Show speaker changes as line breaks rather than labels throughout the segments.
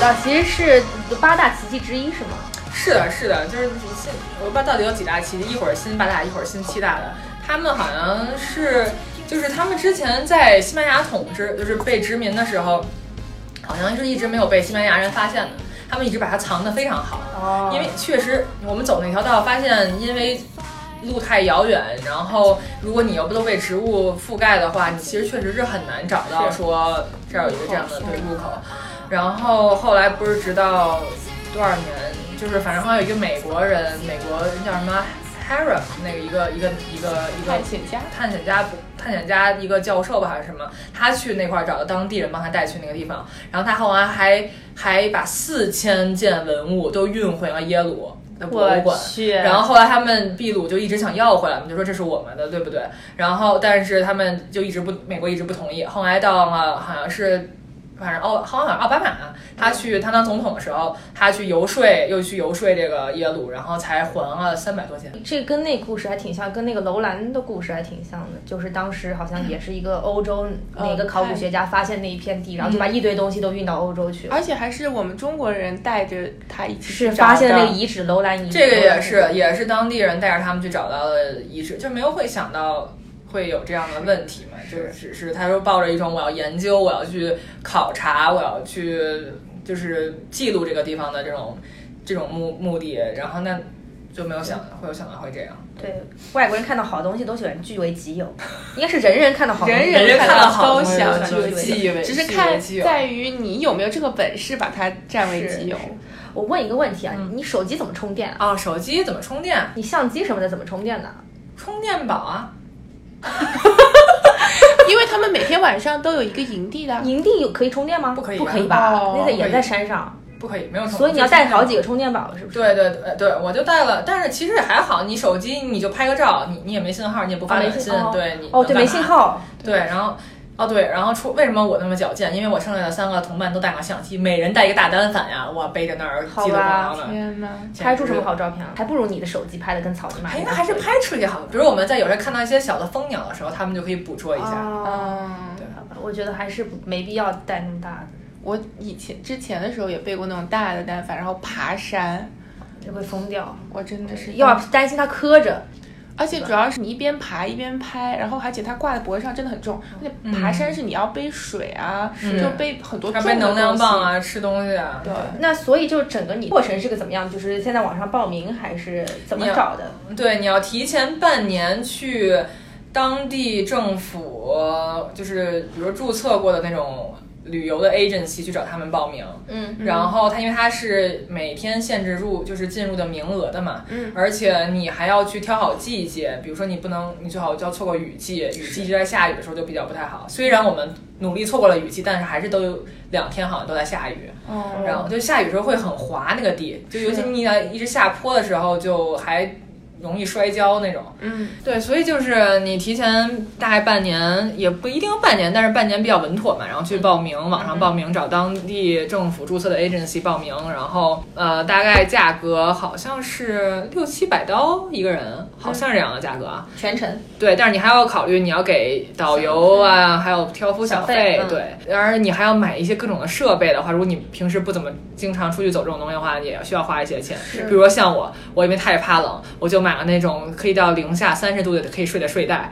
道，其实是八大奇迹之一，是吗？
是的，是的，就是新我不知道到底有几大旗，一会儿新八大，一会儿新七大的。他们好像是，就是他们之前在西班牙统治，就是被殖民的时候，好像是一直没有被西班牙人发现的。他们一直把它藏得非常好，
哦
因为确实我们走那条道，发现因为路太遥远，然后如果你又不都被植物覆盖的话，你其实确实是很难找到
是哦
说这儿有一个这样的对入口。然后后来不是直到多少年，就是反正好像有一个美国人，美国人叫什么 Harrop 那个一个一个一个一个
探险家，
探险家不探险家一个教授吧还是什么，他去那块儿找到当地人帮他带去那个地方，然后他后来还还把四千件文物都运回了耶鲁的博物馆。
去，
然后后来他们秘鲁就一直想要回来嘛，就说这是我们的，对不对？然后但是他们就一直不，美国一直不同意。后来到了好像是，反正奥好像奥巴马啊他去他当总统的时候，他去游说，又去游说这个耶鲁，然后才还了三百多件。
这跟那故事还挺像，跟那个楼兰的故事还挺像的，就是当时好像也是一个欧洲哪个考古学家发现那一片地，然后就把一堆东西都运到欧洲去了，
而且还是我们中国人带着他一起去
啊是
找
发现
的
那个遗址楼兰遗址，
这个也是，也是当地人带着他们去找到的遗址，就没有会想到会有这样的问题嘛，就是只是他说抱着一种我要研究，我要去考察，我要去就是记录这个地方的这种这种目目的，然后那就没有想会有想到会这样，
对外国人看到好东西都喜欢据为己有，应该是人人看到好东西，
人
人人
看
看到
到
好
都
东西
想
都
去
想
记，
为
只是看
己有
在于你有没有这个本事把它占为己有。
我问一个问题啊，你手机怎么充电啊？
哦，手机怎么充电？
你相机什么的怎么充电的？
充电宝啊，
因为他们每天晚上都有一个营地 的，
营地有可以充电吗？
不可以
啊不
吧
可以吧？
哦
那个
不可
也
以
在山上，
不可以，没有充。
所以你要带好几
个。
个充电宝，是不是？
对对呃对对，我就带了，但是其实还好，你手机你就拍个照，你你也没信号，你也不发
哦没
短
信
信，
哦
对你
哦，
能
对，
干
没
嘛
信号，
对，然后哦对，然后出为什么我那么矫健？因为我剩下的三个同伴都带了相机，每人带一个大单反呀，我背在那儿
好
激动
吧
忙了。
天哪！
简
拍出
直
什么？好照片啊？还不如你的手机拍的跟草泥马一
哎，
样。
那还是拍出去好。比如我们在有时候看到一些小的蜂鸟的时候，他们就可以捕捉一下。
啊。
啊，
对
好吧我觉得还是不没必要带那么大的，
我以前之前的时候也背过那种大的单反，然后爬山，
就会疯掉。
我真的是
又要担心它磕着，
而且主要是你一边爬一边拍，然后而且它挂在脖子上真的很重，而且爬山是你要背水啊，
嗯
就背很多
要
重
背
的
能量
东西
棒。啊，吃东西啊。
对，
那所以就是整个你过程是个怎么样？就是现在网上报名还是怎么
你要
找的？
嗯对，你要提前半年去当地政府，就是比如注册过的那种旅游的 agency 去找他们报名。
嗯，
然后它因为它是每天限制入就是进入的名额的嘛，
嗯，
而且你还要去挑好季节，比如说你不能，你最好就要错过雨季，雨季就在下雨的时候就比较不太好。虽然我们努力错过了雨季，但是还是都有两天好像都在下雨，
哦，
然后就下雨的时候会很滑那个地，就尤其你要一直下坡的时候就还容易摔跤那种。
嗯，
对，所以就是你提前大概半年，也不一定半年，但是半年比较稳妥嘛，然后去报名，网上报名，找当地政府注册的 agency 报名，然后呃，大概价格好像是六七百刀一个人，好像是这样的价格啊。
全程
对，但是你还要考虑你要给导游啊，还有挑夫小费，
小费嗯
对，然而你还要买一些各种的设备的话，如果你平时不怎么经常出去走这种东西的话，也需要花一些钱。比如说像我，我因为太怕冷，我就买了那种可以到零下三十度的可以睡的睡袋，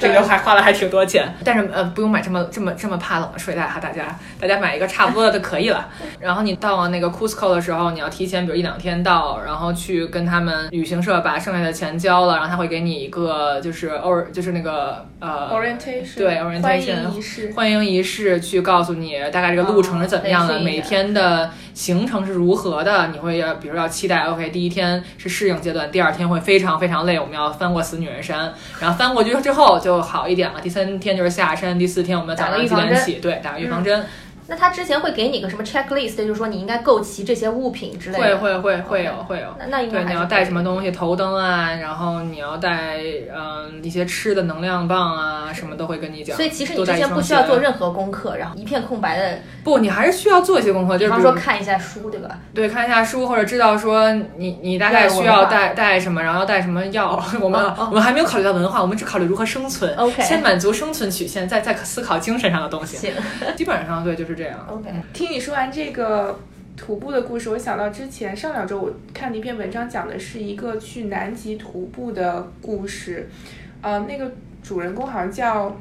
这个还花了还挺多钱。但是呃，不用买这么这么这么怕冷的睡袋哈，大家大家买一个差不多的就可以 了。然后你到了那个 Cusco 的时候，你要提前比如一两天到，然后去跟他们旅行社把剩下的钱交了，然后他会给你一个就是 or 就是那个呃
orientation
对
欢迎
orientation
仪式，
欢迎仪式去告诉你大概这个路程是怎么样的，
哦培训一
每
下
天的行程是如何的。你会要，呃比如说要期待，OK，第一天是适应阶段，第二天会非常非常累，我们要翻过死女人山，然后翻过去之后就好一点了。第三天就是下山，第四天我们早
打个嗯
上
预
几
防
点起？对，打个预防针，
那他之前会给你个什么 checklist，就是说你应该购齐这些物品之类
会
的。
会会会有
OK
会有。
那那应该还
对，你
是
要
可以
带什么东西？头灯啊，然后你要带嗯一些吃的能量棒啊，什么都会跟你讲。
所以其实你
多带
之
一
前
双
不需要
鞋啊
做任何功课，然后一片空白的，
不，你还是需要做一些功课，
比
就是
方
比
说
如
看一下书，对吧？
对，看一下书或者知道说你你大概需要带带什么，然后带什么药。我们、
哦哦
我们还没有考虑到文化，我们只考虑如何生存。
OK
先满足生存曲线，再再思考精神上的东西。
行，
基本上对，就是这样。
OK，
听你说完这个徒步的故事，我想到之前上两周我看了一篇文章，讲的是一个去南极徒步的故事，呃，那个主人公好像叫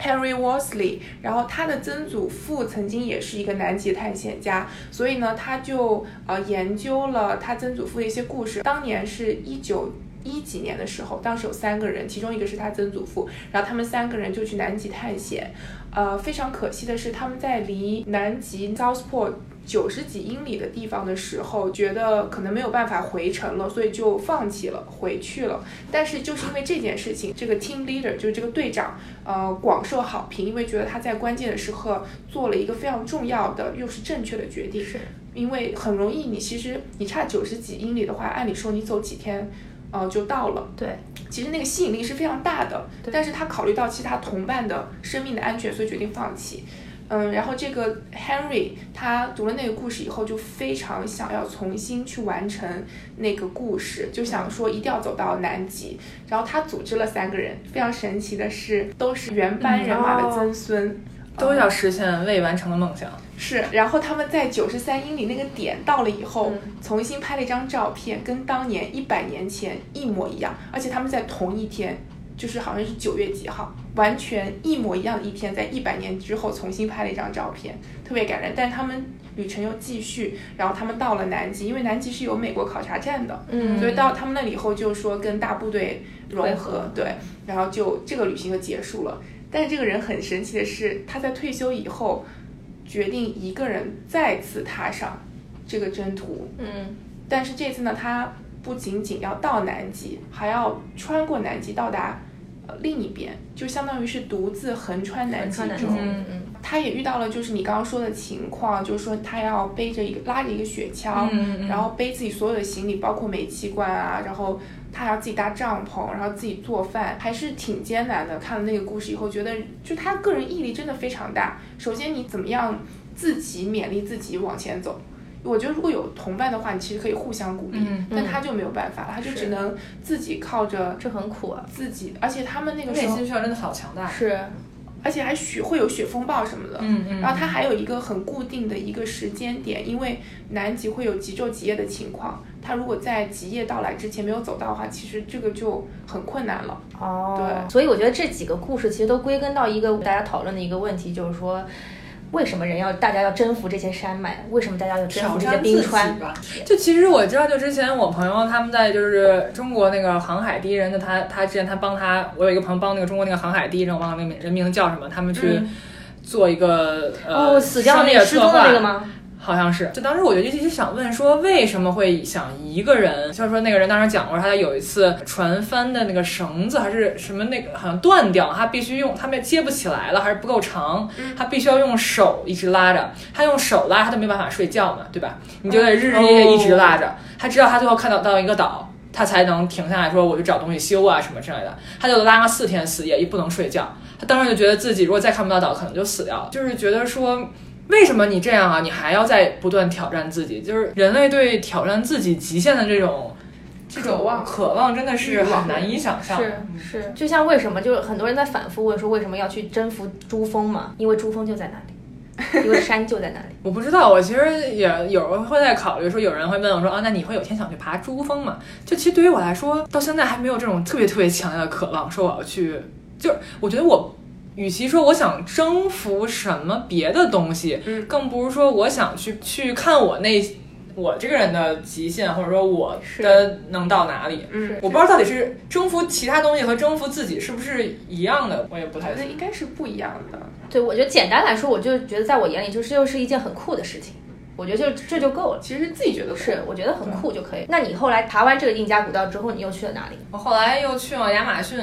Henry Worsley，然后他的曾祖父曾经也是一个南极探险家，所以呢，他就呃研究了他曾祖父的一些故事。当年是一九。一几年的时候，当时有三个人，其中一个是他曾祖父，然后他们三个人就去南极探险。呃，非常可惜的是，他们在离南极 Southport 九十几英里的地方的时候，觉得可能没有办法回程了，所以就放弃了，回去了。但是就是因为这件事情，这个 team leader 就是这个队长，呃，广受好评，因为觉得他在关键的时刻做了一个非常重要的又是正确的决定。
是，
因为很容易，你其实你差九十几英里的话，按理说你走几天。呃，就到了。
对，
其实那个吸引力是非常大的，
对
但是他考虑到其他同伴的生命的安全，所以决定放弃。嗯，然后这个 Henry 他读了那个故事以后，就非常想要重新去完成那个故事，就
嗯
想说一定要走到南极。然后他组织了三个人，非常神奇的是，都是原
嗯
班人马
哦
的曾孙。
都要实现未完成的梦想。
是，然后他们在九十三英里那个点到了以后，
嗯
重新拍了一张照片，跟当年一百年前一模一样，而且他们在同一天，就是好像是九月几号，完全一模一样的一天，在一百年之后重新拍了一张照片，特别感人。但是他们旅程又继续，然后他们到了南极，因为南极是有美国考察站的，
嗯
所以到他们那里以后，就说跟大部队融
汇
合
合，
对，然后就这个旅行就结束了。但是这个人很神奇的是，他在退休以后，决定一个人再次踏上这个征途。
嗯，
但是这次呢，他不仅仅要到南极，还要穿过南极到达呃另一边，就相当于是独自横穿南
很
极
川南
洲
极，。嗯嗯，
他也遇到了就是你刚刚说的情况，就是说他要背着一个拉着一个雪橇，
嗯
然后背自己所有的行李，包括煤气罐啊，然后他还要自己搭帐篷，然后自己做饭，还是挺艰难的。看了那个故事以后，觉得就他个人毅力真的非常大。首先，你怎么样自己勉励自己往前走？我觉得如果有同伴的话，你其实可以互相鼓励，
嗯
但他就没有办法了，他就是只能自己靠着
这很苦啊。
自己，而且他们那个时
内
候，
心需要真的好强大。
是，
而且还雪会有雪风暴什么的，
啊嗯嗯
然后它还有一个很固定的一个时间点，因为南极会有极昼极夜的情况，它如果在极夜到来之前没有走到的话，其实这个就很困难了。
啊
哦，
对
所以我觉得这几个故事其实都归根到一个大家讨论的一个问题，就是说，为什么人要大家要征服这些山脉？为什么大家要征服
挑
这些
战
冰
自己
川？
吧。就其实我知道，就之前我朋友他们在就是中国那个航海第一人，就他他之前他帮他，我有一个朋友帮那个中国那个航海第一人，我忘了那个名人名叫什么，他们去做一个、
哦，
呃
死掉
商
那
业
个失
策
踪的
划
那个吗？
好像是，就当时我就一直想问说，为什么会想一个人？就是说那个人当时讲过，他有一次船帆的那个绳子还是什么那个好像断掉，他必须用，他们接不起来了，还是不够长，他必须要用手一直拉着。他用手拉，他就没办法睡觉嘛，对吧？你就得日日夜夜一直拉着。他直到他最后看到到一个岛。他才能停下来说，我就找东西修啊什么之类的。他就拉了四天四夜，也不能睡觉。他当时就觉得自己如果再看不到岛，可能就死掉了。就是觉得说，为什么你这样啊？你还要在不断挑战自己？就是人类对挑战自己极限的这种这种
渴望
渴望真的是很难以想象。
是是，就像为什么就是很多人在反复问说为什么要去征服珠峰嘛？因为珠峰就在那 里，因为山就在那里。
我不知道，我其实也有会在考虑说，有人会问我说啊，那你会有天想去爬珠峰吗？就其实对于我来说，到现在还没有这种特别特别强烈的渴望，说我要去，就是我觉得我。与其说我想征服什么别的东西，
嗯
更不如说我想去去看我那我这个人的极限，或者说我
是
的能到哪里。
嗯，
我不知道到底是征服其他东西和征服自己是不是一样的，我也不
我
太
觉
清
得应
楚
该是不一样的。
对，我觉得简单来说，我就觉得在我眼里，就是这就是一件很酷的事情。我觉得就这就够了。
其实自己觉得苦
是，我觉得很酷就可以。那你后来爬完这个印加古道之后，你又去了哪里？
我后来又去了亚马逊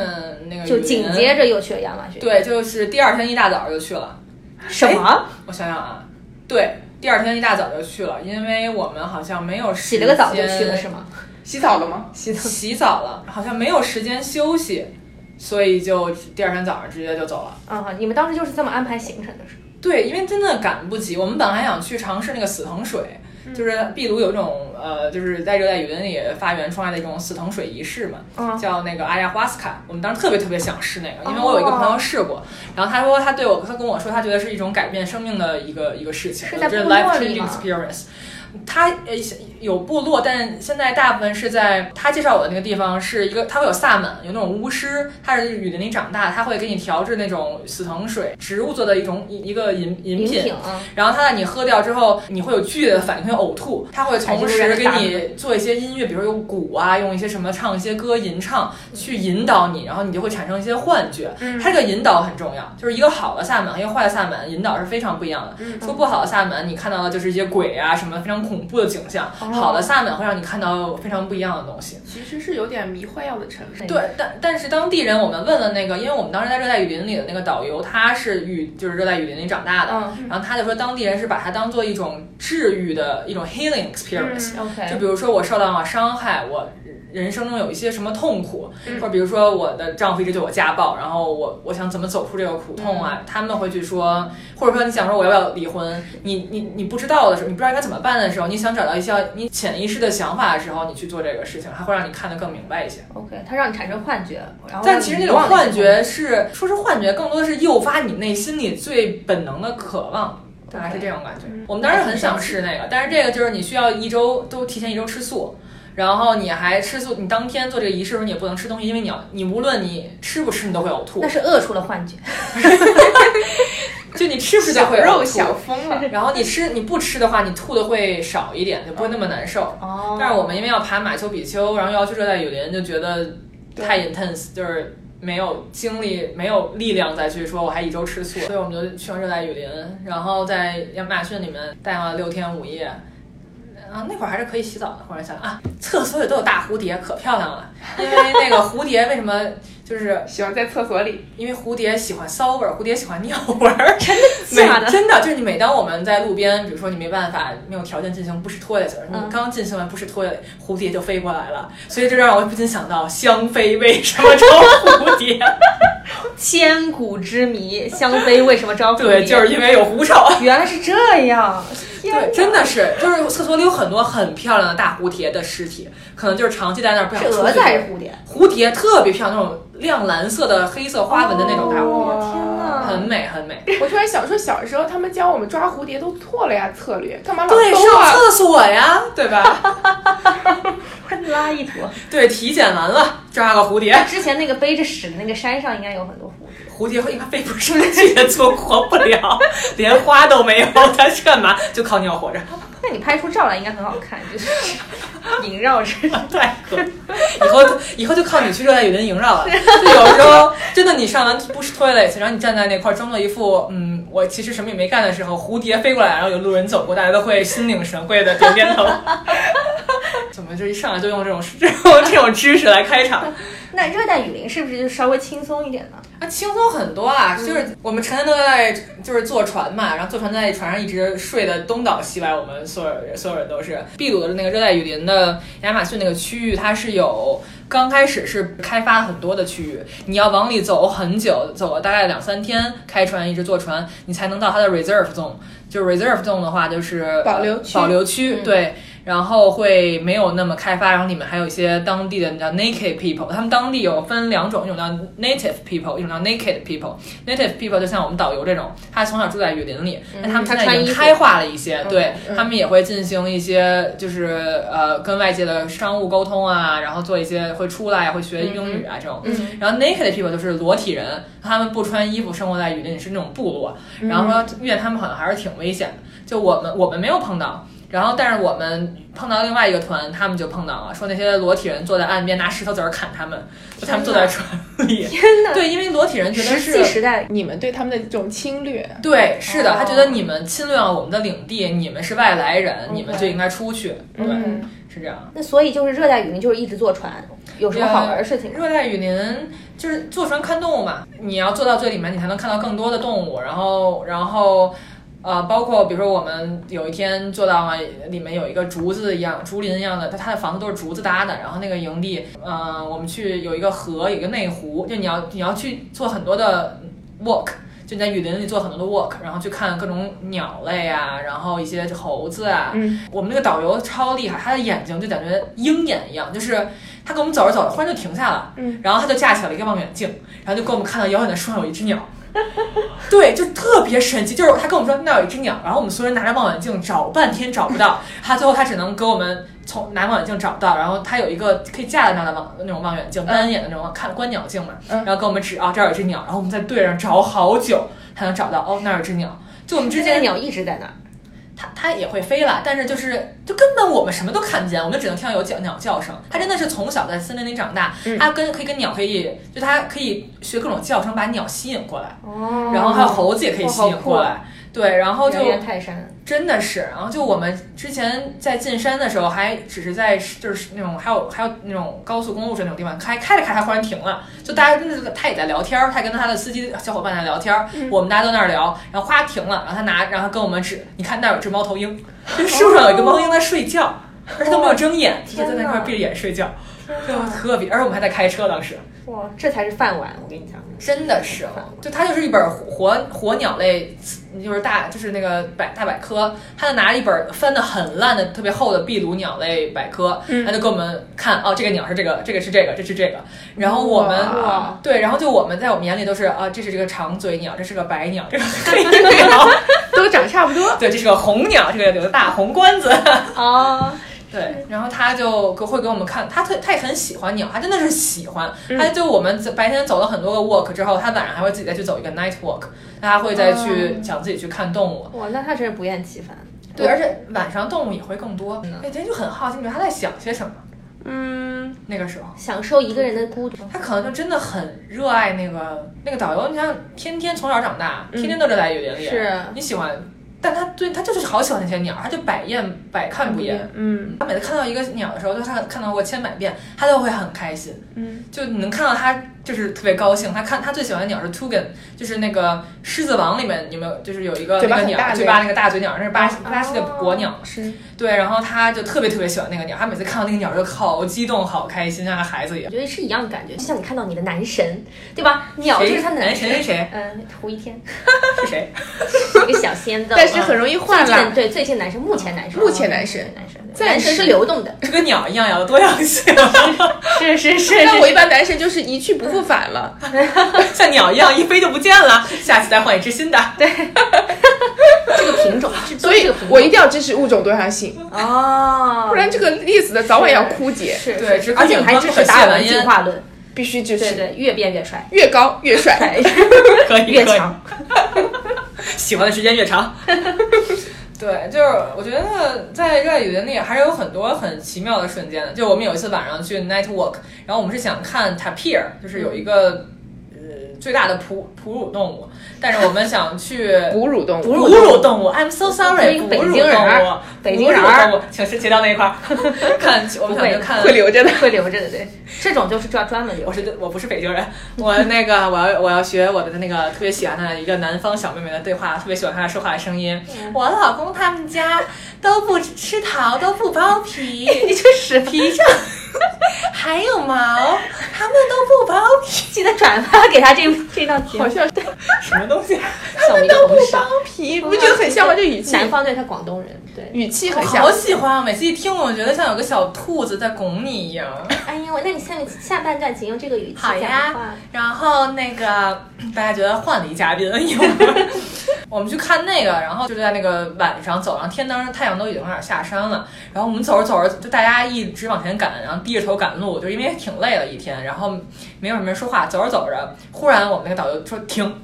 那个，
就紧接。着又去了亚马逊。，
对，就是第二天一大早就去了。
什么？
我想想啊，对，第二天一大早就去了，因为我们好像没有
洗了个澡就去了是
吗？
吗？
洗澡了吗？
洗洗澡了，好像没有时间休息，所以就第二天早上直接就走了。
啊，你们当时就是这么安排行程的是吗？
对，因为真的赶不及，我们本来还想去尝试那个死藤水，
嗯
就是秘鲁有一种呃，就是在热带雨林里发源出来的一种死藤水仪式嘛，
嗯
叫那个阿亚花斯卡。我们当时特别特别想试那个，因为我有一
哦
个朋友试过，然后他说他对我，他跟我说他觉得是一种改变生命的一个一个事情，
是在
就是
部落
life
里
changing
吗
experience。他呃有部落，但现在大部分是在他介绍我的那个地方是一个，他会有萨满，有那种巫师，他是雨林里长大，他会给你调制那种死藤水，植物做的一种一一个饮饮
饮
品，
品啊，
然后它在你喝掉之后，你会有剧烈的反应，会呕吐。它会同时给
还是
你做一些音乐，比如用鼓啊，用一些什么唱一些歌吟唱去引导你，然后你就会产生一些幻觉。
嗯
它这个引导很重要，就是一个好的萨满和一个坏的萨满引导是非常不一样的。
嗯
说不好的萨满，你看到的就是一些鬼啊什么非常恐怖的景象；
哦
好的萨满会让你看到非常不一样的东西。
其实是有点迷幻药的成分。
对，但但是当地人，我们问了那个，因为我们当时在热带雨林里的那个导游，他是雨就是热带雨林里长大的，
嗯
然后他就说当地人是把它当做一种治愈的一种 healing
嗯
experience，、就
，OK，
比如说我受到了伤害，我人生中有一些什么痛苦，
嗯
或者比如说我的丈夫一直对我家暴，然后我我想怎么走出这个苦痛啊，他们会去说，或者说你想说我要不要离婚，你你你不知道的时候，你不知道该怎么办的时候，你想找到一些你潜意识的想法的时候，你去做这个事情，它会让你看得更明白一些。
OK，它让你产生幻觉，然后
但其实那种
让你忘了
幻觉是，说是幻觉，更多是诱发你内心里最本能的渴望，大概是这种感觉
嗯。
我们当时很想吃那个，但是这个就是你需要一周都提前一周吃素。然后你还吃素，你当天做这个仪式的时候你也不能吃东西，因为你要你无论你吃不吃你都会呕吐
那，是饿出了幻觉，
就你吃不吃就
小
会呕
肉
吐。
小疯了，
然后你吃你不吃的话，你吐的会少一点，就不会那么难受。
哦
但 是我们因为要爬马丘比丘，然后又要去热带雨林，就觉得太 intense，就是没有精力、没有力量再去说我还一周吃素，所以我们就去了热带雨林，然后在亚马逊里面待了六天五夜。然后那会儿还是可以洗澡的，忽然想啊，厕所里都有大蝴蝶，可漂亮了。因为那个蝴蝶为什么就是
喜欢在厕所里。
因为蝴蝶喜欢骚味儿，蝴蝶喜欢尿味儿，真
假的
真的就是你每当我们在路边，比如说你没办法没有条件进行不是拖的时候，
嗯
你刚进行完不是拖的，蝴蝶就飞过来了，所以这让我不禁想到香妃为什么招蝴蝶？
千古之谜，香妃为什么招蝴蝶？
对，就是因为有狐臭。
原来是这样，天哪
对，真的是，就是厕所里有很多很漂亮的大蝴蝶的尸体，可能就是长期在那儿不想
是
出
蛾
去
子。还是蝴蝶？
蝴蝶特别漂亮，那种亮蓝色的黑色花纹的那种大蝴
哦
蝶，
天
嗯
哪，
很美很美。
我突然想说，小时候他们教我们抓蝴蝶都错了呀，策略干嘛老
对，
搜
上
啊？
厕所 呀，对吧？
拉一坨。
对，体检完了，抓个蝴蝶，
之前那个背着屎的那个山上应该有很多蝴蝶。
蝴蝶会应该飞不上去，存活不了，连花都没有，它是干嘛？就靠尿活着，
那你拍出照来应该很好看，就是 萦绕着。
太可。以后以后就靠你去热带雨林萦绕了。就有时候真的，你上完不是 toilet，然后你站在那块儿装作一副嗯，我其实什么也没干的时候，蝴蝶飞过来，然后有路人走过，大家都会心领神会的点点头。 怎么就一上来就用这种这种这种知识来开场？
那热带雨林是不是就稍微轻松一点呢？
啊，轻松很多啊！就是我们成天都在就是坐船嘛，然后坐船在船上一直睡得东倒西歪，我们所有人所有人都是。秘鲁的那个热带雨林的亚马逊那个区域，它是有刚开始是开发很多的区域，你要往里走很久，走了大概两三天，开船一直坐船，你才能到它的 reserve zone。就是 reserve zone 的话，就是
保留区
保留区、
嗯
对。然后会没有那么开发，然后里面还有一些当地的叫 naked people，他们当地有分两种，一种叫 native people，一种叫 naked people。native people 就像我们导游这种，他从小住在雨林里，那、他们
嗯他
现在
穿
已
衣
经
服
开化了一些，
嗯
对、
嗯
他们也会进行一些就是呃跟外界的商务沟通啊，然后做一些会出来会学英语啊、这种。
嗯，
然后 naked people 就是裸体人，他们不穿衣服生活在雨林里，是那种部落。
嗯
然后说遇见他们好像还是挺危险的，就我们我们没有碰到。然后，但是我们碰到另外一个团，他们就碰到了，说那些裸体人坐在岸边拿石头子儿砍他们，就他们坐在船里。
天哪！
对，因为裸体人觉得
石器
是，
时代，
你们对他们的这种侵略，
对，是的，
哦
他觉得你们侵略了我们的领地，你们是外来人，
OK
你们就应该出去。对，
嗯，
是这样。
那所以就是热带雨林就是一直坐船，有什么好玩的事情吗？
热带雨林就是坐船看动物嘛，你要坐到最里面，你才能看到更多的动物。然后，然后，呃，包括比如说我们有一天坐到了里面有一个竹子一样、竹林一样的，它它的房子都是竹子搭的。然后那个营地，呃，我们去有一个河，有一个内湖，就你要你要去做很多的 walk。就你在雨林里做很多的 walk，然后去看各种鸟类啊，然后一些猴子啊。
嗯，
我们那个导游超厉害，他的眼睛就感觉鹰眼一样，就是他跟我们走着走着，忽然就停下了，
嗯，
然后他就架起了一个望远镜，然后就给我们看到遥远的树上有一只鸟。对，就特别神奇，就是他跟我们说那儿有一只鸟，然后我们所有人拿着望远镜找半天找不 到，他最后他只能给我们从拿望远镜找到，然后他有一个可以架在那儿的望那种望远镜，单眼的那种看观鸟镜嘛，
嗯
然后跟我们指啊这儿有一只鸟，然后我们在对上找好久才能找到哦那儿有只鸟，就我们之
之
间
前的鸟一直在那儿。
它它也会飞了，但是就是就根本我们什么都看不见，我们只能听到有鸟鸟叫声。它真的是从小在森林里长大，
嗯
它跟可以跟鸟可以，就它可以学各种叫声把鸟吸引过来，
哦
然后还有猴子也可以吸引过
哇啊
来。对，然后就
圆圆泰山，
真的是，然后就我们之前在进山的时候，还只是在就是那种还有还有那种高速公路上那种地方开开着开着，它忽然停了，就大家真的是他也在聊天儿，他也跟他的司机小伙伴在聊天儿，我们大家都在那儿聊，然后哗停了，然后他拿然后他跟我们指，你看那儿有只猫头鹰，就是树上有一个猫头鹰在睡觉，而且都没有睁眼，就在那块儿闭着眼睡觉，对吧？特别，而且我们还在开车当时。
哇，这才是饭碗，我跟你讲。
真的是，就它就是一本活活鸟类，就是大就是那个百大百科，他就拿了一本翻的很烂的、特别厚的壁炉鸟类百科，他就给我们看，哦，这个鸟是这个，这个是这个，这是这个，然后我们
哇
对，然后就我们在我们眼里都是啊，这是这个长嘴鸟，这是个白鸟，这个黑鸟，
都长差不多。
对，这是个红鸟，这个有个大红冠子，
哦，
对，然后他就给会给我们看，他特他也很喜欢鸟，他真的是喜欢。他就我们白天走了很多个 walk 之后，他晚上还会自己再去走一个 night walk，他会再去想自己去看动物。
哇，那他真是不厌其烦。
哦对，而且晚上动物也会更多
嗯。
哎，真就很好奇，你们他在想些什么？
嗯，
那个时候，
享受一个人的孤独。
他可能就真的很热爱那个那个导游。你想，天天从小长大，
嗯
天天都在雨林里，
是
你喜欢，但他对他就是好喜欢那些鸟，他就百厌百看不厌。
嗯
他每次看到一个鸟的时候，就看看到过千百遍，他都会很开心。
嗯，
就你能看到他就是特别高兴。他看他最喜欢的鸟是 Tugan，就是那个《狮子王》里面有没有就是有一个
嘴
那
巴
个
很大
鸟，
的
嘴巴那个大嘴鸟，那是巴西
哦
巴西的国鸟。
是
对，然后他就特别特别喜欢那个鸟，他每次看到那个鸟就好激动、好开心，像个孩子一
我
样。
觉得是一样的感觉，就像你看到你的男神，对吧？鸟就
谁哎
是他的男
谁谁
神。
谁
嗯，胡一天
是谁？
是一个小仙豆，
但是很容易
最
换
近
啦。
对最近男神，目前男神，
目前男神
目前男神，对
暂
男神是
时
流动的，
就跟鸟一样，要有多样性，
是是是
但我一般男神就是一去不复返了。
像鸟一样一飞就不见了，下次再换一只新的。
这个品种，是
所以
都是这个品种
我一定要支持物种多样性，
哦，
不然这个 list 的早晚要枯竭，
是
对
是
只可
而且
远
我还
观
支
不
持
可
达尔
亵
文
玩焉
进化论，
必须支
对
持。
对，越变 越帅，
越高越帅。
可以
越
可以
强，
喜欢的时间越长。 对，就是我觉得在热带雨林里还是有很多很奇妙的瞬间的。就我们有一次晚上去 night walk，然后我们是想看 tapir，就是有一个呃最大的哺哺乳动物，但是我们想去
哺乳动物，
哺乳动物，I'm so
我是
sorry，
一个
哺
北
乳
京人儿
动物，
北京人
哺
儿
乳动物，请是切到那一块儿 看，我们想去看
会留着的。
会留着的，对，这种就是专专门留
我。是我不是北京人，我那个我要我要学我的那个特别喜欢的一个南方小妹妹的对话，特别喜欢她说话的声音。我老公他们家都不吃桃，都不剥皮，
你就是
皮上还有毛，他们都不剥皮，
记得转发给 他这这档节
好
目，
像
什么东西？
小明都不
包皮，不觉得很像吗？这语气，嗯
南方对他广东人，对，
语气
我
很像
好。喜欢啊，每次一听我觉得像有个小兔子在拱你一样。
哎呀，我那你下面下半段请用这个语气
好
讲
呀
话。，
然后那个 大家觉得换了一嘉宾，因为 我们去看那个，然后就在那个晚上走上天，当时太阳都已经有点下山了。然后我们走着走着，就大家一直往前赶，然后低着头赶路，就因为也挺累了一天，然后没有什么人说话。走着走着，忽然我们那个导游说停，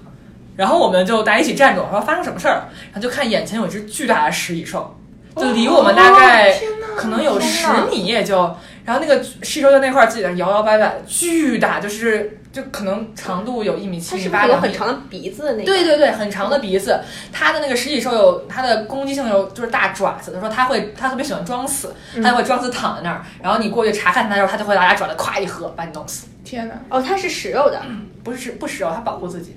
然后我们就大家一起站住，说发生什么事儿，然后就看眼前有一只巨大的食蚁兽，就离我们大概、可能有十米也就，然后那个狮周在那块儿自己在那摇摇摆摆，巨大，就是就可能长度有一米七、
他
一
是
米
不是
八
有
两
很
米。
长的鼻子的那个？
对对对，很长的鼻子，它的那个食蚁兽有它的攻击性有就是大爪子，他说它会它特别喜欢装死，
嗯
它就会装死躺在那儿，然后你过去查看它的时候，它就会拿大爪子咵一合把你弄死。
天哪，
哦，
嗯
它是食肉的，
不是不食肉，它保护自己，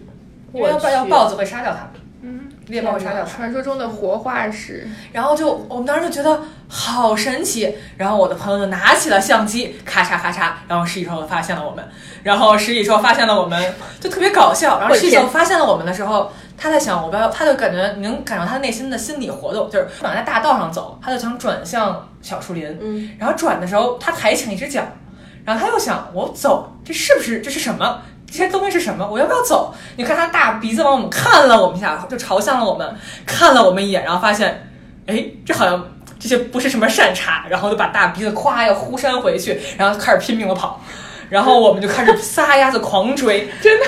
因
我
为要不
去
要豹子会杀掉它。
嗯，
猎豹杀掉他。
传说中的活化石，
然后就我们当时就觉得好神奇，然后我的朋友就拿起了相机，咔嚓咔嚓，然后石宇兽发现了我们，然后石宇兽发现了我们，就特别搞笑。然后石宇兽发现了我们的时候，他在想我不要，他就感觉你能感受他内心的心理活动，就是往在大道上走，他就想转向小树林，
嗯，
然后转的时候他抬起了一只脚，然后他又想我走，这是不是这是什么？这些东西是什么？我要不要走？你看他大鼻子往我们看了我们一下，就朝向了我们，看了我们一眼，然后发现，哎，这好像这些不是什么善茬，然后就把大鼻子咵要呼扇回去，然后开始拼命的跑，然后我们就开始撒丫子狂追，
真的？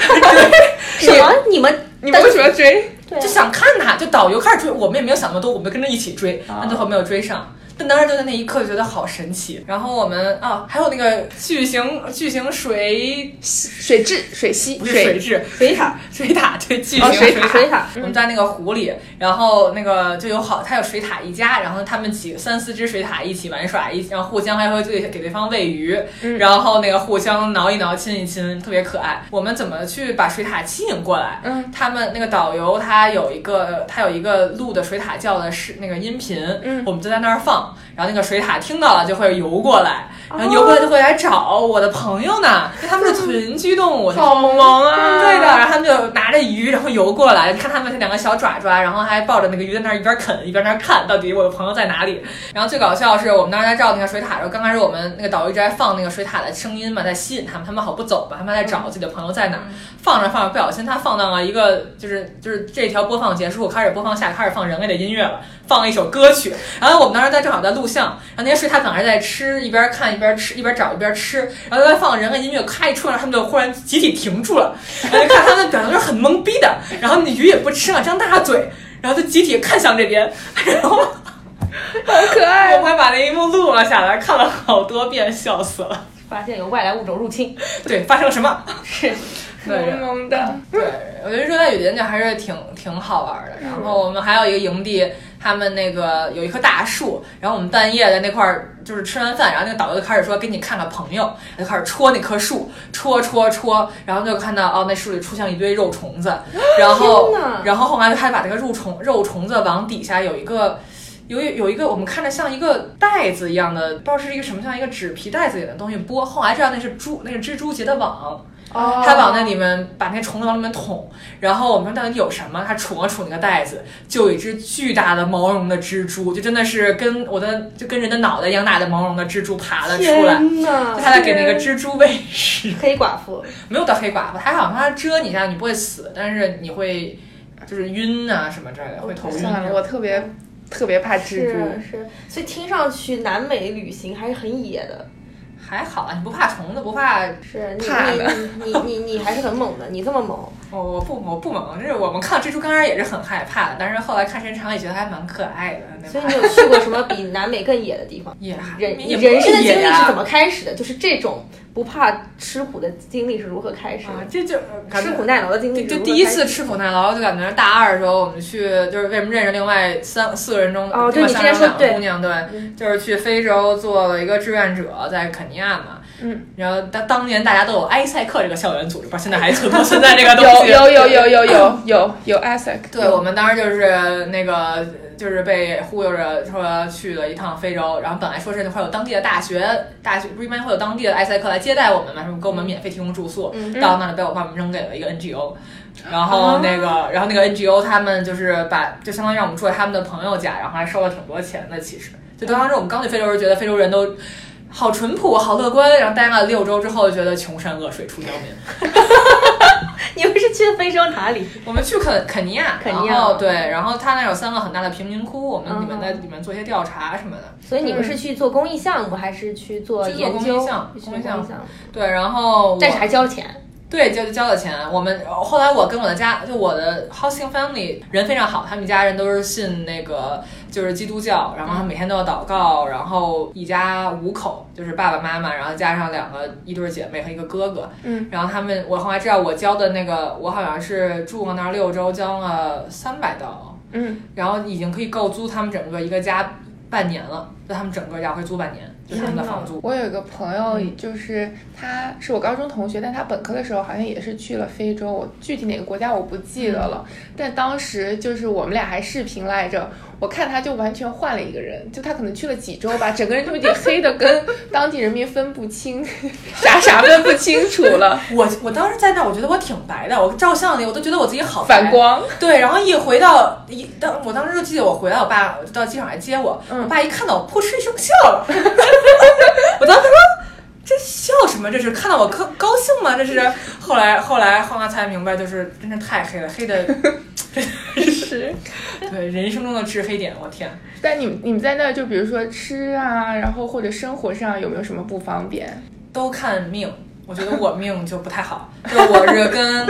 什么？你们
你们为什么要追？
对啊
就想看他，就导游开始追，我们也没有想那么多，我们就跟着一起追，
啊
但最后没有追上。但当时就在那一刻觉得好神奇。然后我们啊，还有那个巨型巨型水
水质、水溪、
不是水质
水 塔，
水塔，对巨型
哦水
塔。
水塔，
我们在那个湖里，然后那个就有好，它有水獭一家，然后他们几三四只水獭一起玩耍，一然后互相还会对给对方喂鱼，
嗯
然后那个互相挠一挠、亲一亲，特别可爱。我们怎么去把水獭吸引过来？
嗯
他们那个导游他有一个他有一个录的水獭叫的是那个音频，
嗯
我们就在那儿放，然后那个水獭听到了就会游过来，然后游
哦
过来就会来找我的朋友呢，因为他们 是群居动物，
好萌啊！
对的，然后他们就拿着鱼，然后游过来，看他们那两个小爪爪，然后还抱着那个鱼在那儿一边啃一边在那儿看，到底我的朋友在哪里。然后最搞笑的是，我们当时在照那个水塔的时候，刚开始我们那个导游一直在放那个水塔的声音嘛，在吸引他们，他们好不走吧，他们还在找自己的朋友在哪儿。放着放着，不小心他放到了一个，就是就是这条播放结束，开始播放下开始放人类的音乐了，放了一首歌曲。然后我们当时在正好在录像，然后那些水獭躺着在吃，一边看一边吃，一边找一边吃，然后在放人类音乐，咔一出来，他们就忽然集体停住了，然后就哎看他们的表情就是很懵逼的，然后那鱼也不吃了，张大嘴，然后就集体看向这边，然后
好可爱啊
我。还把那一幕录了下来，看了好多遍，笑死了。
发现有外来物种入侵，
对，发生了什么？
是
对
萌萌的，
对，我觉得热带雨林就还是挺挺好玩的。然后我们还有一个营地，他们那个有一棵大树，然后我们半夜在那块儿就是吃完饭，然后那个导游就开始说给你看看朋友，就开始戳那棵树，戳戳戳，然后就看到哦那树里出现了一堆肉 虫子，然后
天哪
然后后来他把这个肉虫肉虫子往底下有一个。有一有一个我们看着像一个袋子一样的，不知道是一个什么，像一个纸皮袋子里的东西剥。后来知道那是猪，那是蜘蛛结的网。
哦
他往那里面把那虫子往里面捅，然后我们说到底有什么？他杵了杵那个袋子，就有一只巨大的毛绒的蜘蛛，就真的是跟我的就跟人的脑袋一样大的毛绒的蜘蛛爬了呃出来。
天哪
就，他在给那个蜘蛛喂食，
黑寡妇，
没有到黑寡妇，还好它蛰你一下你不会死，但是你会就是晕啊什么之类的，会头晕。
算了，我特别特别怕蜘蛛
是。是，所以听上去南美旅行还是很野的，
还好啊，你不怕虫子，不怕
是你
怕
你你你你你还是很猛的，你这么猛，
我我不我不猛，就是我们看蜘蛛刚开始也是很害怕的，但是后来看时间长也觉得还蛮可爱的。那？
所以你有去过什么比南美更野的地方
也还
人你
也不
人生的
野
经历
呀
是怎么开始的？就是这种不怕吃苦的经历是如何开始
啊，
的？
这就感觉
吃苦耐劳的经历
对，
是如
就
何
第一
开始
次吃苦耐劳，就感觉大二的时候，我们去就是为什么认识另外三四个人中，
哦
另
对
外
你
三
之前说
个两个
对
姑娘，对，
嗯
就是去非洲做了一个志愿者，在肯尼亚嘛，
嗯，
然后当当年大家都有埃塞克这个校园组织，不知道现在还 存不存在这个东
有
西？
有有有有有有有 ASIC，
对，我们当时就是那个，就是被忽悠着说去了一趟非洲，然后本来说是会有当地的大学，大学不是一般会有当地的埃塞克来接待我们嘛，什么给我们免费提供住宿，
嗯
到那里被我爸们扔给了一个 NGO，然后那个，然后那个 NGO 他们就是把就相当于让我们住在他们的朋友家，然后还收了挺多钱的，其实就当时我们刚去非洲时觉得非洲人都。好淳朴，好乐观，然后待了六周之后，就觉得穷山恶水出刁民。
你们是去非洲哪里？
我们去肯肯尼亚，
肯尼亚
然后对，然后它那有三个很大的贫民窟，我们
嗯
里面在里面做一些调查什么的。
所以你们是去做公益项目，还是去做
去做
研
公益
究？
项
去做
公
公益
益项目
项目，
对，然后我
但是还交钱。
对交交了钱。我们呃后来我跟我的家，就我的 housing family 人非常好，他们一家人都是信那个就是基督教，然后他们每天都要祷告，然后一家五口就是爸爸妈妈，然后加上两个一对儿姐妹和一个哥哥，
嗯，
然后他们我后来知道我交的那个，我好像是住了那儿六周，交了三百刀。
嗯
然后已经可以够租他们整个一个家半年了。就他们整个要回租半年，就是他们的房租。
我有一个朋友，就是他是我高中同学，但他本科的时候好像也是去了非洲，我具体哪个国家我不记得了。但当时就是我们俩还视频来着，我看他就完全换了一个人，就他可能去了几周吧，整个人就已经黑的跟当地人民分不清， 傻傻分不清楚了，
我我当时在那儿，我觉得我挺白的，我照相里我都觉得我自己好白
反。光。
对，然后一回到一当，我当时就记得我回来，我爸到机场来接我，我爸一看到我，扑哧一声笑了。我当时说这笑什么？这是看到我高高兴吗？这是后来后来后来才明白，就是真是太黑了，黑的
是，
对人生中的至黑点，我天。
但你们你们在那儿就比如说吃啊，然后或者生活上有没有什么不方便？
都看命。我觉得我命就不太好，就我是 跟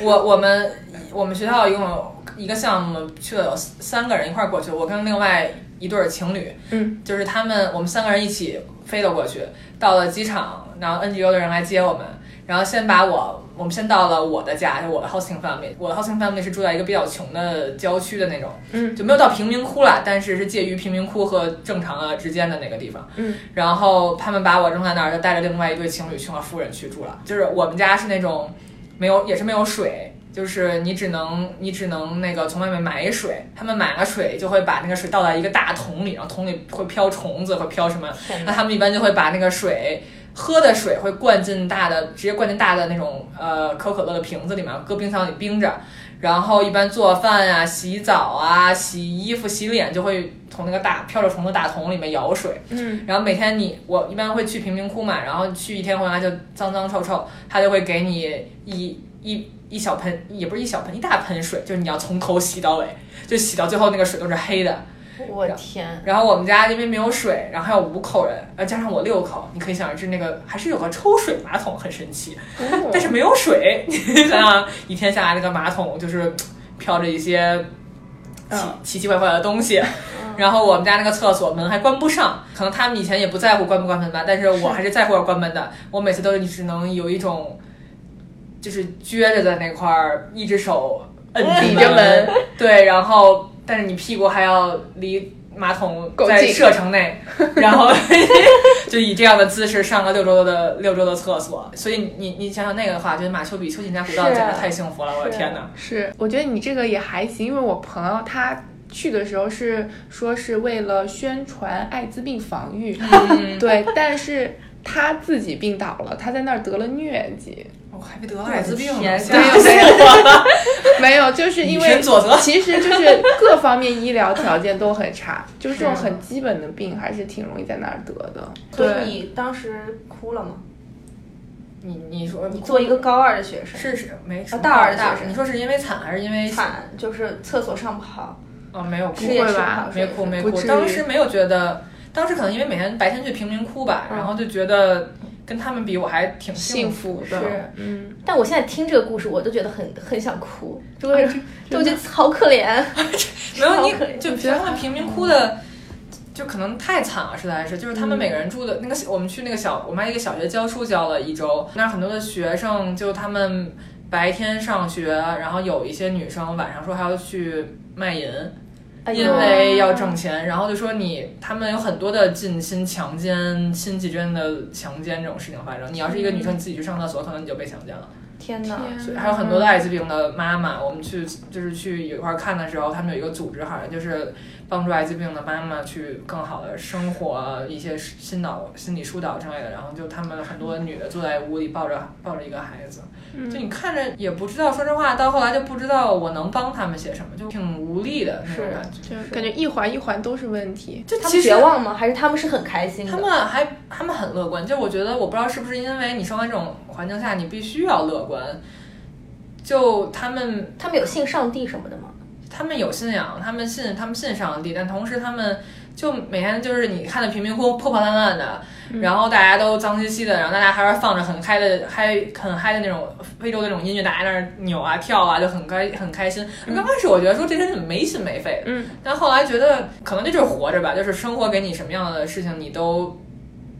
我我们我们学校一共有一个项目去了有三个人一块儿过去，我跟另外一对儿情侣，
嗯，
就是他们我们三个人一起飞了过去，到了机场，然后 NGO 的人来接我们，然后先把我我们先到了我的家，就我的 hosting family，我的 hosting family 是住在一个比较穷的郊区的那种，
嗯，
就没有到贫民窟啦，但是是介于贫民窟和正常的之间的那个地方，然后他们把我扔在那儿，就带着另外一对情侣去了富人区住了。就是我们家是那种没有，也是没有水，就是你只能你只能那个从外面买水，他们买了水就会把那个水倒在一个大桶里，然后桶里会飘虫子，会飘什么
天，
那他们一般就会把那个水。喝的水会灌进大的，直接灌进大的那种呃可口可乐的瓶子里面，搁冰箱里冰着。然后一般做饭啊、洗澡啊、洗衣服、洗脸，就会从那个大飘着虫的大桶里面舀水。
嗯，
然后每天你我一般会去贫民窟嘛，然后去一天回来就脏脏臭臭，他就会给你一一一小盆，也不是一小盆，一大盆水，就是你要从头洗到尾，就洗到最后那个水都是黑的。
我天，
然后我们家因为没有水，然后还有五口人，呃加上我六口，你可以想而知那个还是有个抽水马桶很神奇，
哦
但是没有水， 你想想一天下来那个马桶就是飘着一些奇
嗯
奇奇怪怪的东西。然后我们家那个厕所门还关不上，可能他们以前也不在乎关不关门吧，但是我还是在乎要关门的。我每次都只能有一种，就是撅着在那块儿，一只手摁
抵着门，
对，然后但是你屁股还要离马桶
够
在
近
射 程内，然后就以这样的姿势上了六周的六周的厕所。所以你你想想那个的话，就是马丘比丘进加古道
是啊
简直太幸福了，我的
是啊
天哪！
是，我觉得你这个也还行，因为我朋友他去的时候是说是为了宣传艾滋病防御， 对，但是他自己病倒了，他在那儿得了疟疾，
我还没得了艾滋病
我
呢，
的天
吓
哪
死 我了！
没有，就是因
以
为
身作则
其实就是各方面医疗条件都很 差，就是这种
是
很基本的病还是挺容易在那儿得的，
所以
对。
你当时哭了吗？
你你说
你做一个高二的学生，
是是没什
啊
么
大二的
大
学生
你说是因为惨还是因为
惨，就是厕所上不好，
哦没有哭
吃也
会
吃不
吧
好，
没
睡也
哭
睡
没
不
哭，
至于
当时没有觉得，当时可能因为每天白天去贫民窟吧，
嗯
然后就觉得跟他们比我还挺
幸
幸
福
福。
的，
是
嗯，
但我现在听这个故事，我都觉得很很想哭，就
啊
会 就我觉得好可怜。
没有
好可怜啊
你就他们贫民窟的。就可能太惨了，实在是，就是他
嗯
们每个人住的那个，我们去那个小，我们还一个小学教书教了一周，那儿很多的学生，就他们白天上学，然后有一些女生晚上说还要去卖淫，
哎呦
因为要挣钱，然后就说你他们有很多的近亲强奸、亲戚之间的强奸这种事情发生。你要是一个女
嗯
生，你自己去上厕所，可能你就被强奸了。
天哪，
所以还有很
啊嗯
多的艾滋病的妈妈，我们去就是去一块儿看的时候，他们有一个组织，好像就是帮助艾滋病的妈妈去更好的生活，一些心导、心理疏导之类的。然后就他们很多女的坐在屋里抱着抱着一个孩子，
嗯
就你看着也不知道，说实话，到后来就不知道我能帮他们些什么，就挺无力的那种
是
感觉。
就感觉一环一环都是问题。
就
他
其
们
实
绝望吗？还是他们是很开心的？
他们还他们很乐观，就是我觉得我不知道是不是因为你生在这种环境下，你必须要乐观。就他们
他们有信上帝什么的吗？
他们有信仰，他们信他们信上帝，但同时他们就每天就是你看的贫民窟破破烂烂的，
嗯
然后大家都脏兮兮的，然后大家还是放着很嗨的嗨很嗨的那种非洲的那种音乐，大家在那儿扭啊跳啊，就很开很开心。刚开始我觉得说这人怎么没心没肺的，
嗯，
但后来觉得可能这就是活着吧，就是生活给你什么样的事情，你都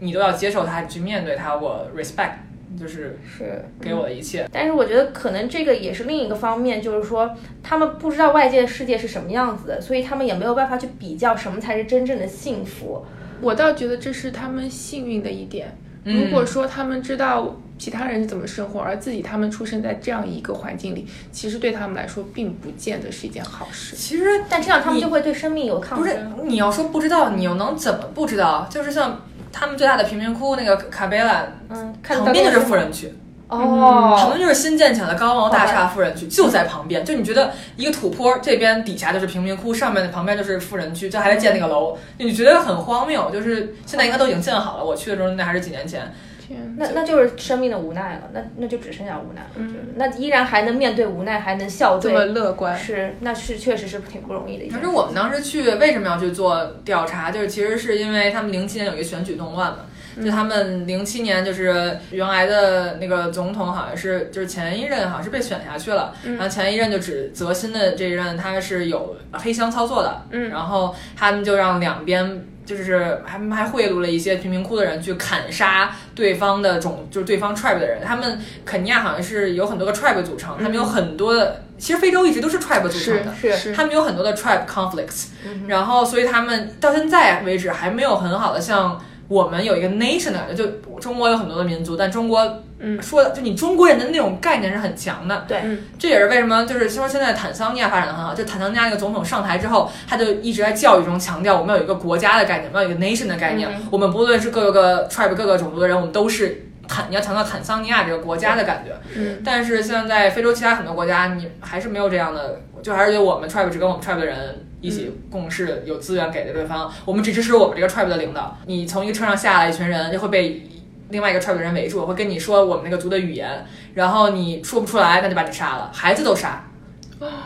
你都要接受它，去面对它。我 respect 就是
是，
给我的一切。
但是我觉得可能这个也是另一个方面，就是说他们不知道外界世界是什么样子的，所以他们也没有办法去比较什么才是真正的幸福。
我倒觉得这是他们幸运的一点。嗯如
嗯
果说他们知道其他人是怎么生活，而自己他们出生在这样一个环境里，其实对他们来说并不见得是一件好事。
其实
但这样他们就会对生命有抗
不是
争。
你要说不知道，你又能怎么不知道？就是像他们最大的贫民窟那个卡贝拉，
嗯，看
旁边就是富人区，哦旁
哦，
边就是新建起来的高楼大厦富人区，就在旁边。就你觉得一个土坡这边底下就是贫民窟，上面的旁边就是富人区，就还在建那个楼，你觉得很荒谬。就是现在应该都已经建好了，我去的时候那还是几年前。
天，
那
嗯
那就是生命的无奈了，那那就只剩下无奈了。我觉得，那依然还能面对无奈，还能笑
这么
对，
乐观，
是，那是确实是挺不容易的一
可
件
是
事。
我们当时去为什么要去做调查？就是其实是因为他们零七年有一个选举动乱嘛，就他们零七年就是原来的那个总统好像是就是前一任好像是被选下去了，然后前一任就指责新的这一任他是有黑箱操作的，
嗯
然后他们就让两边。就是还还贿赂了一些贫民窟的人去砍杀对方的种，就是对方 tribe 的人。他们肯尼亚好像是有很多个 tribe 组成，他们有很多的，其实非洲一直都是 tribe 组成的，
是
是，
他们有很多的 tribe conflicts，、然
嗯
后所以他们到现在为止还没有很好的像我们有一个 nation 的感觉，就中国有很多的民族，但中国
嗯
说的就你中国人的那种概念是很强的，
对
嗯
这也是为什么就是说现在坦桑尼亚发展的很好，就坦桑尼亚那个总统上台之后，他就一直在教育中强调我们有一个国家的概念，我们有一个 nation 的概
嗯
念，我们不论是各个 tribe 各个种族的人，我们都是坦你要强调坦桑尼亚这个国家的感觉，
嗯
但是像在非洲其他很多国家，你还是没有这样的，就还是觉得我们 tribe 只跟我们 tribe 的人一起共事，有资源给的对方，我们只支持我们这个 tribe 的领导。你从一个车上下来，一群人就会被另外一个 tribe 的人围住，会跟你说我们那个族的语言，然后你说不出来，那就把你杀了，孩子都杀。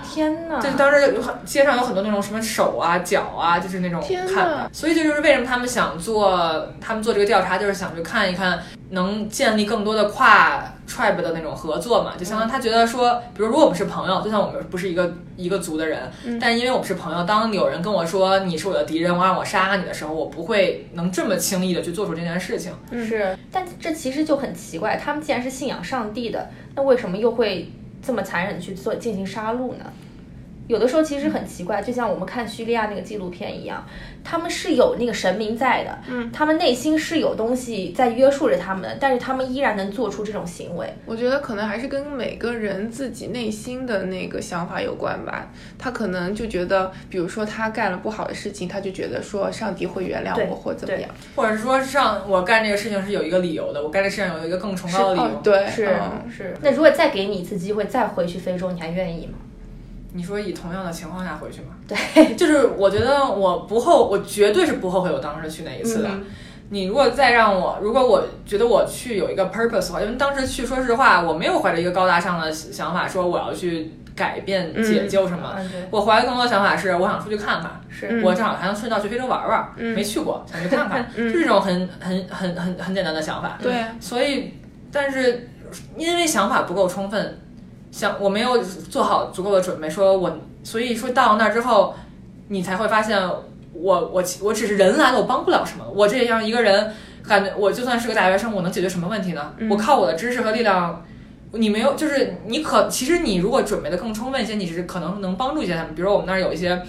天
啊
哪！
就是当时有很街上有很多那种什么手啊、脚啊，就是那种
天啊哪
看的。所以这就是为什么他们想做，他们做这个调查，就是想去看一看能建立更多的跨 tribe 的那种合作嘛。就相
嗯
当于他觉得说，比如如果我们是朋友，就算我们不是一个一个族的人，
嗯
但因为我们是朋友，当有人跟我说你是我的敌人，我让我杀你的时候，我不会能这么轻易的去做出这件事情。
嗯
是，但这其实就很奇怪，他们既然是信仰上帝的，那为什么又会这么残忍去做进行杀戮呢？有的时候其实很奇怪，就像我们看叙利亚那个纪录片一样，他们是有那个神明在的，嗯，他们内心是有东西在约束着他们的，但是他们依然能做出这种行为。
我觉得可能还是跟每个人自己内心的那个想法有关吧。他可能就觉得，比如说他干了不好的事情，他就觉得说上帝会原谅
对
我或怎么样。
或者说，上我干这个事情是有一个理由的，我干这事情有一个更崇高的理由
哦，。对，
是、
嗯
是。那如果再给你一次机会，再回去非洲，你还愿意吗？
你说以同样的情况下回去吗？对，就是我觉得我不后，我绝对是不后悔我当时去那一次的。你如果再让我，如果我觉得我去有一个 purpose 的话，因为当时去，说实话，我没有怀着一个高大上的想法，说我要去改变、解救什么。
嗯，对，
我怀着更多的想法是，我想出去看看，
是。
我正好还能顺道去非洲玩玩，
嗯
没去过，想去 看看，
嗯
就是这种很很很很很简单的想法。嗯
对啊，
所以，但是因为想法不够充分，想我没有做好足够的准备，说我，所以说到那儿之后，你才会发现我我我只是人来了，我帮不了什么。我这样一个人，感觉我就算是个大学生，我能解决什么问题呢？我靠我的知识和力量。你没有，就是你可其实你如果准备的更充分一些，你是可能能帮助一些他们。比如我们那儿有一些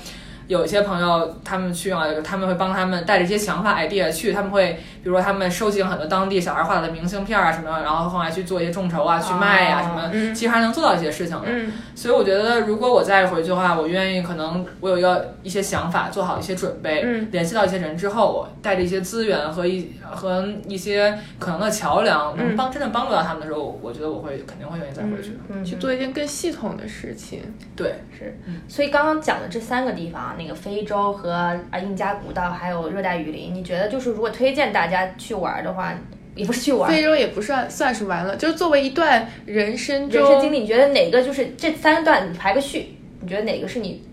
有一些朋友，他们去啊，他们会帮他们带着一些想法 idea 去，他们会比如说他们收集了很多当地小孩画的明信片啊什么的，然后后来去做一些众筹啊，去卖呀、
哦
什么的，
嗯
其实还能做到一些事情的。
嗯
所以我觉得，如果我再回去的话，我愿意可能我有一个一些想法，做好一些准备，
嗯
联系到一些人之后，我带着一些资源和一和一些可能的桥梁，能帮真正帮助到他们的时候，我觉得我会肯定会愿意再回去的。
嗯
去做一件更系统的事情。
对，
是，所以刚刚讲的这三个地方啊，那个非洲和啊印加古道，还有热带雨林，你觉得就是如果推荐大家去玩儿的话，也不是去玩儿，
非洲也不算算是完了，就是作为一段人生中
人生经历，你觉得哪个就是这三段你排个序，你觉得哪个是你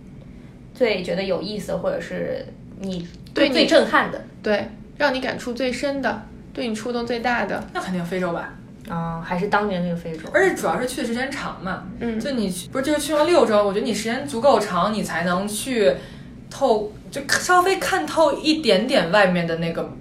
最觉得有意思，或者是你
对
最
你
震撼的？
对让你感触最深的，对你触动最大的，
那肯定非洲吧。
啊、还是当年那个非洲，
而且主要是去的时间长嘛，
嗯
就你去不是就是去了六周，我觉得你时间足够长，你才能去透，就稍微看透一点点外面的那个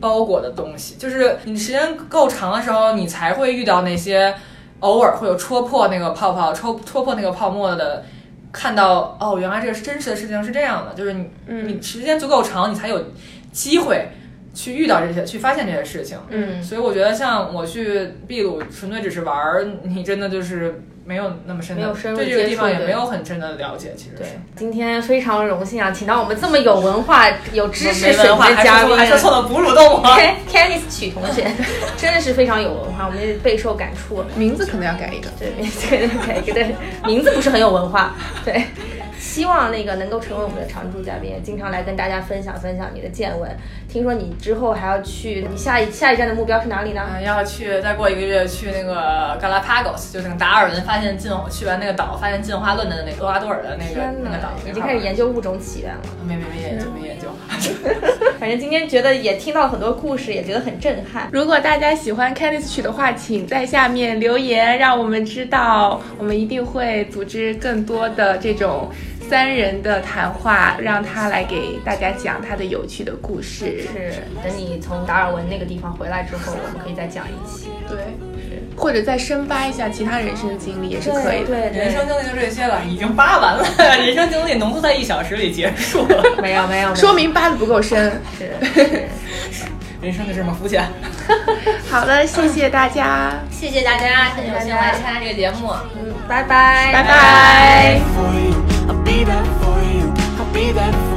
包裹的东西。就是你时间够长的时候，你才会遇到那些偶尔会有戳破那个泡泡、戳戳破那个泡沫的。看到
嗯
哦，原来这个真实的事情是这样的，就是你、你时间足够长，你才有机会去遇到这些，去发现这些事情。
嗯，
所以我觉得像我去秘鲁，纯粹只是玩儿，你真的就是没有那么深
没
的
有深入
对这个
接
地
触
方也
对
没有很深的了解，其实
对
是。，
今天非常荣幸啊，请到我们这么有文化、有知识水
文化
平的
还
嘉
说
宾。
错还说错了哺乳动物。
Ken- Kenneth 曲同 学真的是非常有文化，我们也备受感触。
名字可能要改一个。
对， 对对对对，名字不是很有文化。对，希望那个能够成为我们的常驻嘉宾，也经常来跟大家分享分享你的见闻。听说你之后还要去，你下一下一站的目标是哪里呢？
嗯，要去再过一个月去那个 Galapagos，就是那个达尔文发现进去完那个岛，发现进化论的那个厄瓜多尔的那个
天
那个岛
哪，，
那
已
个
经
号
开始
儿
研究物种起源了。
没没没研究 没研究。
反正今天觉得也听到了很多故事，也觉得很震撼。
如果大家喜欢 Candice 曲的话，请在下面留言，让我们知道，我们一定会组织更多的这种三人的谈话，让他来给大家讲他的有趣的故事。
是，等你从达尔文那个地方回来之后，我们可以再讲一期，
对，或者再深扒一下其他人生的经历也是可以的。
对
人生经历就这些了，已经扒完了， 人生经历浓缩在一小时里结束 了。
没有没有，没有
说明扒的不够深。
是是
人生就这么肤浅。
好了，谢谢大家，
谢谢大家，谢谢有幸来参加这个节目。
嗯，拜拜
拜拜
for you. I'll be there for you. I'll be there for you.